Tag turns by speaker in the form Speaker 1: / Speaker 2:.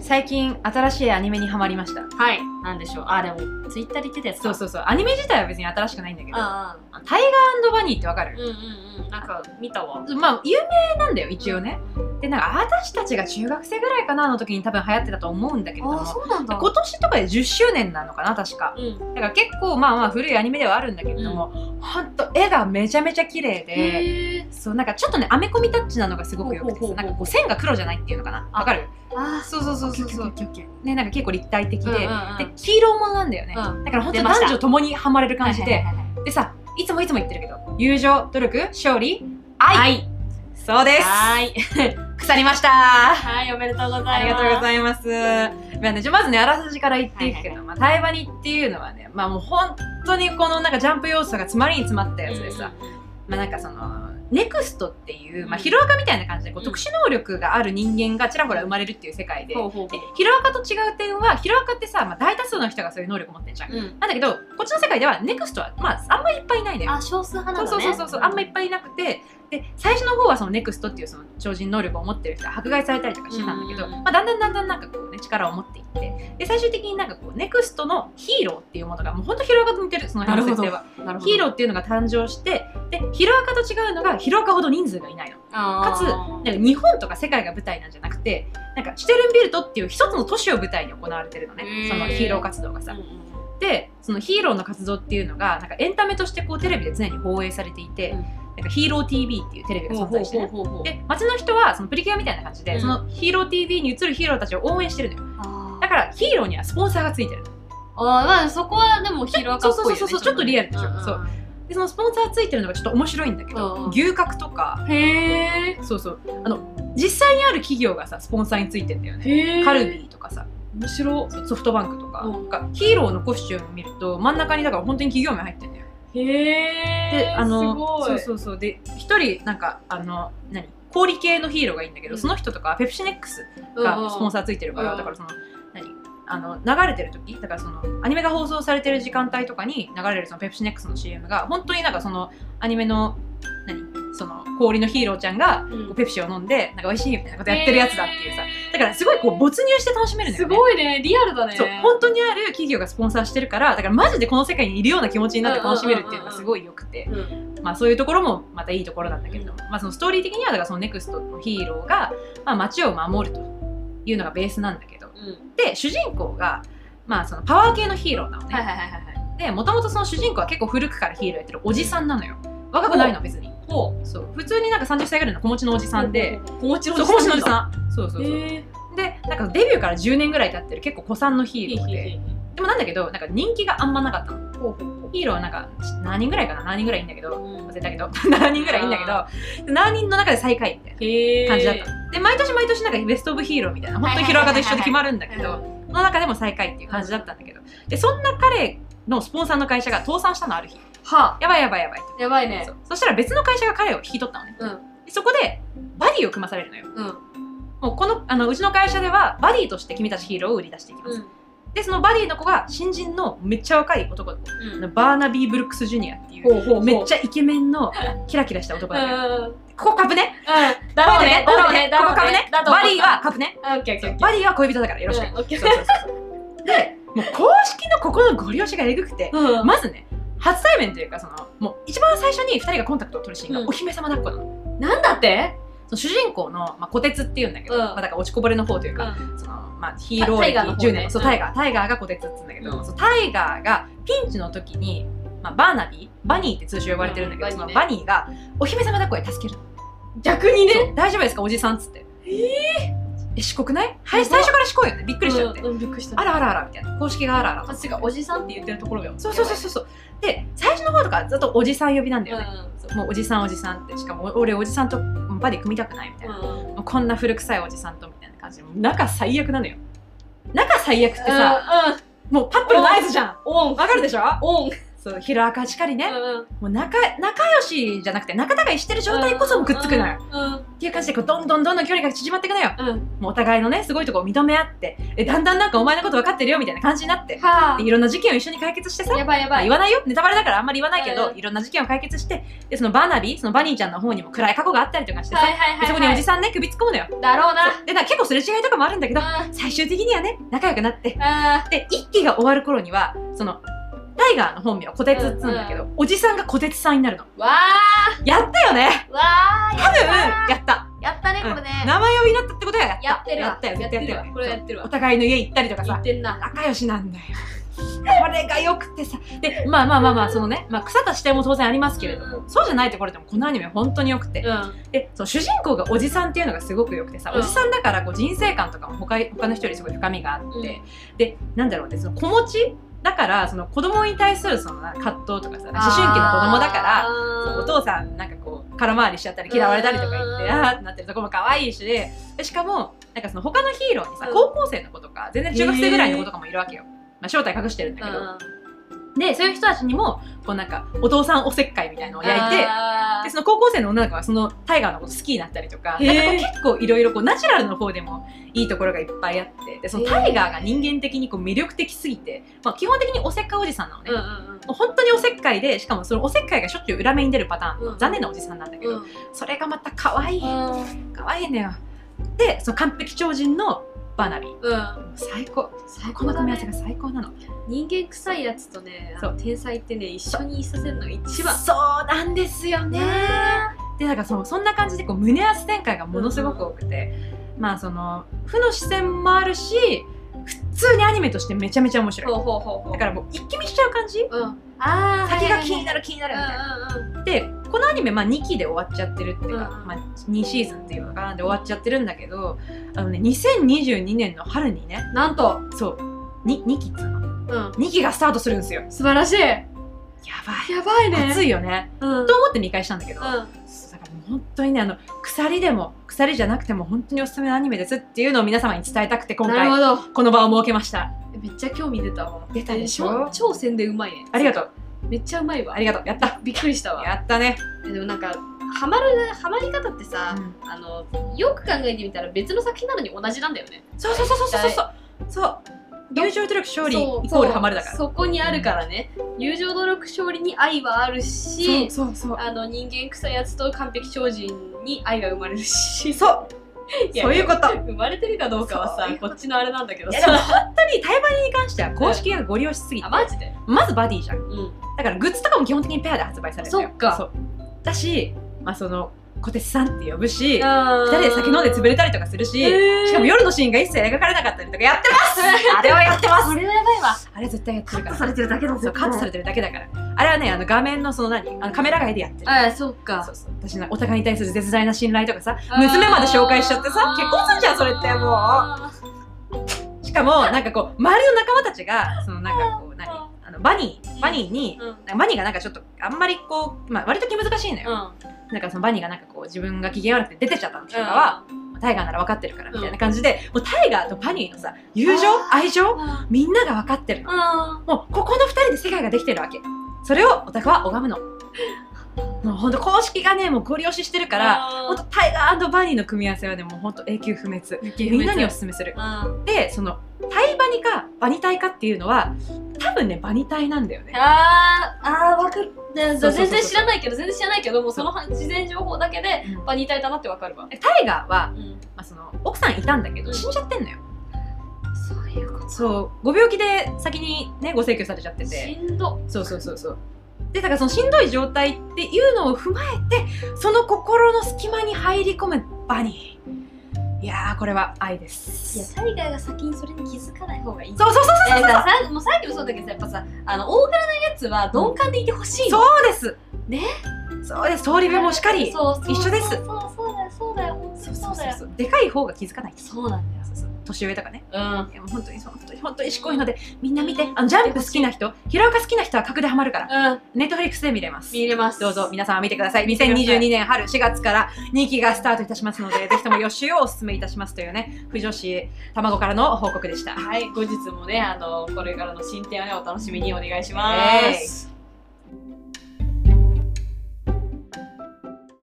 Speaker 1: 最近新しいアニメにハマりました
Speaker 2: はい。なんでしょう。あ、でも、ツイッターで言ってたやつ
Speaker 1: そう
Speaker 2: う。
Speaker 1: そうそうアニメ自体は別に新しくないんだけど
Speaker 2: ああ。
Speaker 1: タイガーバニーってわか
Speaker 2: うん
Speaker 1: る、
Speaker 2: うんうん。なんか、見たわ。
Speaker 1: まあ有名なんだよ一応ね、でなんか私たちが中学生ぐらいかなの時に多分流行ってたと思うんだけれど
Speaker 2: ああ、
Speaker 1: も
Speaker 2: そうなんだ。
Speaker 1: 今年とかで10周年なのかな確か
Speaker 2: うん。
Speaker 1: だから結構まあまあ古いアニメではあるんだけれども、ほんと絵がめちゃめちゃ綺麗で、
Speaker 2: へえ。
Speaker 1: そうなんかちょっとねアメコミタッチなのがすごくよくて
Speaker 2: ほうほうほうほう
Speaker 1: なんかこう線が黒じゃないっていうのかなわかる
Speaker 2: あ
Speaker 1: そうそうそうそうそう
Speaker 2: オッケーオッケーオッケーオッ
Speaker 1: ねなんか結構立体的で、
Speaker 2: うんうんうん
Speaker 1: で黄色ものなんだよね、
Speaker 2: うん
Speaker 1: だから本当
Speaker 2: 出
Speaker 1: に
Speaker 2: ました
Speaker 1: 男女共にハマれる
Speaker 2: ケー
Speaker 1: 感じで、
Speaker 2: はいはいはいはい
Speaker 1: でさいつもいつも言ってるけど友情努力勝利愛、
Speaker 2: はい。
Speaker 1: そうです
Speaker 2: はい。
Speaker 1: 腐りました
Speaker 2: はい、おめでとうございます。
Speaker 1: ありがとうご
Speaker 2: い
Speaker 1: ざいます。まあね、じゃあまずね、あらすじから言っていくけど、
Speaker 2: はい
Speaker 1: まあ、タイバニっていうのはね、まあもう本当にこのなんかジャンプ要素が詰まりに詰まったやつでさ、。まあなんかその、ネクストっていう、まあヒロアカみたいな感じで、こ
Speaker 2: う
Speaker 1: うん特殊能力がある人間がちらほら生まれるっていう世界で、
Speaker 2: ほうほうほ
Speaker 1: でヒロアカと違う点は、ヒロアカってさ、まあ大多数の人がそういう能力持ってんじゃん。
Speaker 2: う。うん。
Speaker 1: なんだけど、こっちの世界では、ネクストは、まああんまりいっぱいいないんだよ。
Speaker 2: あ、少数派な
Speaker 1: そ
Speaker 2: の
Speaker 1: う
Speaker 2: ね。
Speaker 1: そうそうそうそうあんまいっぱいいなくてで最初の方はそのネクストっていうその超人能力を持ってる人は迫害されたりとかしてたんだけど、
Speaker 2: うん
Speaker 1: まあ、だんだんだんだんなんかこうね力を持っていってで最終的になんかこうネクストのヒーローっていうものがもうほんとヒロアカと似てるその辺の設定は
Speaker 2: なるほど。
Speaker 1: ヒーローっていうのが誕生してでヒロアカと違うのがヒロアカほど人数がいないの
Speaker 2: あー
Speaker 1: かつなんか日本とか世界が舞台なんじゃなくてなんかシュテルンビルトっていう一つの都市を舞台に行われてるの
Speaker 2: へ
Speaker 1: ね
Speaker 2: ー
Speaker 1: そのヒーロー活動がさ
Speaker 2: うんうん
Speaker 1: でそのヒーローの活動っていうのがなんかエンタメとしてこうテレビで常に放映されていて、
Speaker 2: うん
Speaker 1: なんかヒーロー TV っていうテレビが
Speaker 2: ほ
Speaker 1: 存
Speaker 2: うほう
Speaker 1: 在して
Speaker 2: ほう
Speaker 1: ね
Speaker 2: ほうほう。
Speaker 1: で街の人はそのプリキュアみたいな感じで、
Speaker 2: うん
Speaker 1: そのヒーロー TV に映るヒーローたちを応援してるのよ
Speaker 2: あ
Speaker 1: だからヒーローにはスポンサーがついてるの
Speaker 2: あー、まあそこはでもヒロアカっぽいよね。
Speaker 1: そうそうそうそうちょっとリアルでしょそう。でそのスポンサーついてるのがちょっと面白いんだけ
Speaker 2: うん
Speaker 1: ど、
Speaker 2: うん
Speaker 1: 牛角とか
Speaker 2: へえ。
Speaker 1: そうそうあの実際にある企業がさスポンサーについてんだよね
Speaker 2: へえ。
Speaker 1: カルビ。ーとかさ
Speaker 2: 面白
Speaker 1: そうソフトバンクとか,、
Speaker 2: うん
Speaker 1: がヒーローのコスチューム見ると真ん中にだから本当に企業名入ってんだよ
Speaker 2: い。へえ。
Speaker 1: で、あの、
Speaker 2: すご
Speaker 1: そう
Speaker 2: い。
Speaker 1: そうそう、で、一人、なんか、あの、何、氷系のヒーローがいいんだけど、
Speaker 2: うん
Speaker 1: その人とか、ペプシネックス
Speaker 2: うん
Speaker 1: がスポンサーついてるから、
Speaker 2: うん
Speaker 1: だから、その、何、あの、流れてる時、だから、その、アニメが放送されてる時間帯とかに流れる、そのペプシネックスの CM が、本当になんか、その、アニメの、何、その、氷のヒーローちゃんが、
Speaker 2: うん
Speaker 1: こうペプシを飲んで、なんか、美味しいみたいなことやってるやつだっていうさ、だから、すごい、こう、没入して楽しめるんだ
Speaker 2: す
Speaker 1: よね。
Speaker 2: ごいね、リアルだね。
Speaker 1: そう本当にある企業がスポンサーしてるからだからマジでこの世界にいるような気持ちになって楽しめるっていうのがすごい良くて、
Speaker 2: うん
Speaker 1: まあ、そういうところもまたいいところなんだけれども、まあ、そのストーリー的にはだからそのネクストのヒーローが、まあ、街を守るというのがベースなんだけど
Speaker 2: うん。
Speaker 1: で主人公が、まあ、そのパワー系のヒーローなのね、
Speaker 2: はいはいはいはいはい。
Speaker 1: でもともとその主人公は結構古くからヒーローやってるおじさんなのよ若くないの別に
Speaker 2: ほ
Speaker 1: そう普通になんか30歳ぐらいの子持ちのおじ
Speaker 2: う。
Speaker 1: さんで、
Speaker 2: 子持ちの
Speaker 1: そう子持ちのおじさんそうそうそう、
Speaker 2: へ
Speaker 1: でなんかデビューから10年ぐらい経ってる結構子さんのヒ
Speaker 2: え。
Speaker 1: ーローででもなんだけどなんか人気があんまなかったの
Speaker 2: ほうほうほう。
Speaker 1: ヒーローはなんか何人ぐらいかな何人ぐらいいんだけど忘れたけど 何人ぐらいいんだけど何人の中で最下位みたい
Speaker 2: へえ。
Speaker 1: な感じだったので毎年毎年なんかベスト・オブ・ヒーローみたいな本当にヒロアカと一緒で決まるんだけ
Speaker 2: う
Speaker 1: ど
Speaker 2: ん
Speaker 1: その中でも最下位っていう感じだったんだけどでそんな彼のスポンサーの会社が倒産したのある日
Speaker 2: は
Speaker 1: やばいやばいやばいって
Speaker 2: あ。やばいね
Speaker 1: そ。うそしたら別の会社が彼を引き取ったのね
Speaker 2: うん。
Speaker 1: でそこでバディを組まされるのよ
Speaker 2: うん。
Speaker 1: もうこのあのうちの会社ではバディとして君たちヒーローを売り出していきます、
Speaker 2: うん。
Speaker 1: でそのバディの子が新人のめっちゃ若い男の子あのバーナビー・ブルックス・ジュニアっていう
Speaker 2: ほうほうほう。
Speaker 1: めっちゃイケメンのキラキラした男
Speaker 2: う
Speaker 1: なのよ
Speaker 2: ん。うん。
Speaker 1: ここ株ね
Speaker 2: だろうね。だろうね。だろ
Speaker 1: ここ
Speaker 2: うね。
Speaker 1: 株ね。
Speaker 2: だと思
Speaker 1: バ
Speaker 2: った
Speaker 1: ディは株ね。
Speaker 2: オッケーオッケーオッケー。
Speaker 1: バディは恋人だからよろしく。
Speaker 2: うんオッケー
Speaker 1: そうそうそうで、もう公式のここのご利用しがえぐくて、
Speaker 2: うん
Speaker 1: まずね、初対面というか、その、もう一番最初に2人がコンタクトを取るシーンが
Speaker 2: うん
Speaker 1: お姫様抱っこなの。
Speaker 2: なんだって
Speaker 1: その主人公の、まあ、小鉄っていうんだけど、
Speaker 2: うん
Speaker 1: まあ、だから落ちこぼれの方というか、
Speaker 2: う
Speaker 1: その、まあ、ヒーロー
Speaker 2: タイガーの
Speaker 1: 歴
Speaker 2: 方ね
Speaker 1: 10年、そう、
Speaker 2: うん
Speaker 1: タイガー、タイガーが小鉄って言うんだけど、
Speaker 2: うん
Speaker 1: そうタイガーがピンチの時に、まあ、バーナビー、バニーって通称呼ばれてるんだけど、
Speaker 2: うん
Speaker 1: その
Speaker 2: バ
Speaker 1: バニーがお姫様抱っこで助ける
Speaker 2: ん逆に
Speaker 1: そ
Speaker 2: ね。
Speaker 1: う大丈夫ですかおじさんっつってえしこくないはい
Speaker 2: すごい
Speaker 1: 最初からしこいよねびっくりしちゃって、
Speaker 2: うんうんびっくりした。
Speaker 1: あらあらあらみたいな公式があらあら
Speaker 2: こっちがおじさんって言ってるところが
Speaker 1: そうそうそうそうそうで最初の方とかずっとおじさん呼びなんだよね、
Speaker 2: う
Speaker 1: そうもうおじさんおじさんってしかも俺おじさんとバディ組みたくないみたい
Speaker 2: ん
Speaker 1: な、
Speaker 2: うん
Speaker 1: もうこんな古臭いおじさんとみたいな感じでもう仲最悪なのよ仲最悪ってさ、
Speaker 2: うんうん
Speaker 1: もうパップルナイスじゃん
Speaker 2: オン
Speaker 1: わかるでしょ
Speaker 2: オン
Speaker 1: そうヒラカチカリね、
Speaker 2: うんうん
Speaker 1: もう仲仲良しじゃなくて仲違いしてる状態こそもうくっつくのよ、
Speaker 2: うん
Speaker 1: っていう感じでこうどんどんどんどん距離が縮まっていくのよ
Speaker 2: うん
Speaker 1: もうお互いのねすごいとこを認め合ってえだんだんなんかお前のこと分かってるよみたいな感じになって
Speaker 2: は
Speaker 1: でいろんな事件を一緒に解決してさ
Speaker 2: あやばいや
Speaker 1: まあ
Speaker 2: ばい
Speaker 1: 言わないよネタバレだからあんまり言わないけど、
Speaker 2: うん
Speaker 1: いろんな事件を解決してでそのバーナビーそのバニーちゃんの方にも暗い過去があったりとかしてさ、
Speaker 2: はいはいはい、はい、
Speaker 1: でそこにおじさんね首突っ込むのよ
Speaker 2: だろうな
Speaker 1: でなんか結構すれ違いとかもあるんだけど
Speaker 2: あ
Speaker 1: 最終的にはね仲良くなって
Speaker 2: あ
Speaker 1: で一期が終わる頃にはそのタイガーの本名は小鉄っつうんだけど、おじさんが小鉄さんになるの
Speaker 2: ーわあ
Speaker 1: やったよね
Speaker 2: わあ
Speaker 1: 多分やった、
Speaker 2: やったね
Speaker 1: うん
Speaker 2: これね、
Speaker 1: 名前呼びになったってことはやった
Speaker 2: やってるわ
Speaker 1: やったよ絶対やってるわ
Speaker 2: これやってる
Speaker 1: お
Speaker 2: わ
Speaker 1: 互いの家行ったりとか
Speaker 2: 言
Speaker 1: さ
Speaker 2: ってんな
Speaker 1: 仲良しなんだよこれがよくてさでまあまあまあまあそのね、まあ、腐った視点も当然ありますけれども、
Speaker 2: うん
Speaker 1: そうじゃないところでもこのアニメ本当によくて、
Speaker 2: うん
Speaker 1: でその主人公がおじさんっていうのがすごくよくてさ、
Speaker 2: うん
Speaker 1: おじさんだからこう人生観とかも他他の人よりすごい深みがあって、でなんだろうねその子持ちだからその子供に対するそのな葛藤とかさ思春期の子供だからそのお
Speaker 2: ら
Speaker 1: 父さんなんかこう空回りしちゃったり嫌われたりとか言っ
Speaker 2: うん
Speaker 1: てあーってなってるとこも可愛いしでしかもなんかその他のヒーローにさ
Speaker 2: うん
Speaker 1: 高校生の子とか全然中学生ぐらいの子とかもいるわけよ。まあ、正体隠してるんだけど、でそういう人たちにもこうなんかお父さんおせっかいみたいなのを焼いてでその高校生の女の子はそのタイガーのこと好きになったりとか
Speaker 2: へ
Speaker 1: な
Speaker 2: ー
Speaker 1: んかこう結構いろいろこうナチュラルの方でもいいところがいっぱいあってでそのタイガーが人間的にこう魅力的すぎて、まあ、基本的におせっかいおじさんなのね、
Speaker 2: うん
Speaker 1: も
Speaker 2: うん
Speaker 1: う本当におせっかいでしかもそのおせっかいがしょっちゅう裏目に出るパターンの、
Speaker 2: うん
Speaker 1: 残念なおじさんなんだけど、
Speaker 2: うん
Speaker 1: それがまた可愛い
Speaker 2: うん
Speaker 1: 可愛いのよでその完璧超人のバーナビーも
Speaker 2: う
Speaker 1: う
Speaker 2: ん
Speaker 1: 最高
Speaker 2: 最
Speaker 1: この
Speaker 2: 高だ
Speaker 1: 組み合わせ
Speaker 2: ね
Speaker 1: が最高なの
Speaker 2: 人間臭いやつとね
Speaker 1: そう
Speaker 2: 天才ってね一緒にいさせるのが一番
Speaker 1: そうなんですよねでなんかそのそんな感じでこう胸圧展開がものすごく多くて、まあその負の視線もあるし普通にアニメとしてめちゃめちゃ面白い
Speaker 2: ほうほうほうほう
Speaker 1: だからもう一気見しちゃう感じ
Speaker 2: らうんああ
Speaker 1: 先が気にな
Speaker 2: る
Speaker 1: る気にな
Speaker 2: う
Speaker 1: るみたいな。
Speaker 2: んうんうん
Speaker 1: でこのアニメ、まあ、2期で終わっちゃってるっていうか、
Speaker 2: うん
Speaker 1: まあ、2シーズンっていうのかなで終わっちゃってるんだけどあのね2022年の春にね
Speaker 2: なんと
Speaker 1: そうに 2, 期っつうの
Speaker 2: うん
Speaker 1: 2期がスタートするんですよや
Speaker 2: 素晴らしいや
Speaker 1: ば
Speaker 2: ばい
Speaker 1: い
Speaker 2: ね
Speaker 1: 熱
Speaker 2: い
Speaker 1: いよね
Speaker 2: うん
Speaker 1: と思って見返したんだけど、
Speaker 2: うん
Speaker 1: そうだからもう本当にねあの鎖でも鎖じゃなくても本当におすすめのアニメですっていうのを皆様に伝えたくて今
Speaker 2: なる
Speaker 1: 回
Speaker 2: ほど
Speaker 1: この場を設けました
Speaker 2: めっちゃ興味出たわ
Speaker 1: 出たでしょ
Speaker 2: え超超宣伝うまいね
Speaker 1: ありがとう
Speaker 2: めっちゃうまいわ
Speaker 1: ありがとうやった
Speaker 2: びっくりしたわ
Speaker 1: やったね、
Speaker 2: えでもなんかハマるハマり方ってさ
Speaker 1: うん
Speaker 2: あのよく考えてみたら別の作品なのに同じなんだよね
Speaker 1: そうそうそうそうそうそうそう友情努力勝利イ
Speaker 2: そう
Speaker 1: コールハマるだから
Speaker 2: そうそこにあるからね友情努力勝利に愛はあるし
Speaker 1: そうそうそう
Speaker 2: あの人間臭いやつと完璧超人に愛が生まれるし
Speaker 1: そう
Speaker 2: いや
Speaker 1: そういうこと
Speaker 2: 生まれてるかどうかは
Speaker 1: そう
Speaker 2: さ
Speaker 1: いう
Speaker 2: こ
Speaker 1: こと
Speaker 2: っちのあれなんだけど
Speaker 1: いやでも
Speaker 2: さ
Speaker 1: 本当に対バニに関しては公式がご利用しすぎて
Speaker 2: あマジで
Speaker 1: まずバディじゃん
Speaker 2: うん
Speaker 1: だからグッズとかも基本的にペアで発売されるのよ
Speaker 2: そっか
Speaker 1: うだし、まあ、その小鉄さんって呼ぶし
Speaker 2: 二
Speaker 1: 二人で酒飲んで潰れたりとかするし、しかも夜のシーンが一切描かれなかったりとかやってますあれはやってます
Speaker 2: それはやばいわ
Speaker 1: あれ絶対やってるから
Speaker 2: れてるだけだ
Speaker 1: そうカットされてるだけだからあれはねあの画面のその何あのカメラ外でやってる
Speaker 2: ああそっ
Speaker 1: そ
Speaker 2: か
Speaker 1: うそう私なお互いに対する絶大な信頼とかさ娘まで紹介しちゃってさ結婚すんじゃんそれっても
Speaker 2: あ
Speaker 1: うしかもなんかこう周りの仲間たちがそのなんかこう何あのバニーバニーに
Speaker 2: ーうん
Speaker 1: なんかバニーがなんかちょっとあんまりこう、まあ、割と気難しいのよ、
Speaker 2: う
Speaker 1: なんかそのバニーがなんかこう自分が機嫌悪くて出てっちゃったのと
Speaker 2: ん
Speaker 1: かは、タイガーなら分かってるからみたいな感じで、もうタイガーとバニーのさ友情
Speaker 2: あ
Speaker 1: 愛情
Speaker 2: う
Speaker 1: みんなが分かってるの
Speaker 2: ん
Speaker 1: もうここの2人で世界ができてるわけそれをオタクは拝むのもうほんと公式がねもうご利用ししてるからほんとタイガーバニーの組み合わせはねもうほんと永久不滅みんなにおすすめする
Speaker 2: うん
Speaker 1: でそのタイバニかバニタイかっていうのは多分ねバニタイなんだよね
Speaker 2: あーあーわかるね
Speaker 1: そうそうそうそう
Speaker 2: 全然知らないけど全然知らないけどもうその事前情報だけで
Speaker 1: うん
Speaker 2: まあ似たいだなってわかるわ
Speaker 1: タイガーは、
Speaker 2: うん
Speaker 1: まあ、その奥さんいたんだけど死んじゃってんのよ
Speaker 2: そういうこと
Speaker 1: そうご病気で先にねご請求されちゃってて
Speaker 2: しんど
Speaker 1: そうそうそうそうでだからそのしんどい状態っていうのを踏まえてその心の隙間に入り込むバニーいやーこれは愛で
Speaker 2: いや
Speaker 1: す
Speaker 2: 災害が先にそれに気づかない方がいい
Speaker 1: そうそうそう
Speaker 2: いやだからさもうさっきもそうだけどさやっぱさあの大柄なやつは鈍感でいてほしいよ
Speaker 1: そうです
Speaker 2: ね
Speaker 1: そうです通り部もしっかり
Speaker 2: そうそうそう
Speaker 1: 一緒です
Speaker 2: そうそうだよそうだよ本当にそうだよ
Speaker 1: そうでかい方が気づかない
Speaker 2: そうなんだよ
Speaker 1: そうそう年上とかね
Speaker 2: うん
Speaker 1: いやもう本当にそう本当に本当にしこいのでみんな見てあのジャンプ好きな人平岡好きな人は格でハマるから
Speaker 2: うん
Speaker 1: ネットフリックスで見れます
Speaker 2: 見れます
Speaker 1: どうぞ皆様見てください。2022年春4月から2期がスタートいたしますので、ぜひとも予習をお勧めいたしますというね、不女子卵からの報告でした。
Speaker 2: はい後日もねあのこれからの進展をねお楽しみにお願いします、
Speaker 1: えい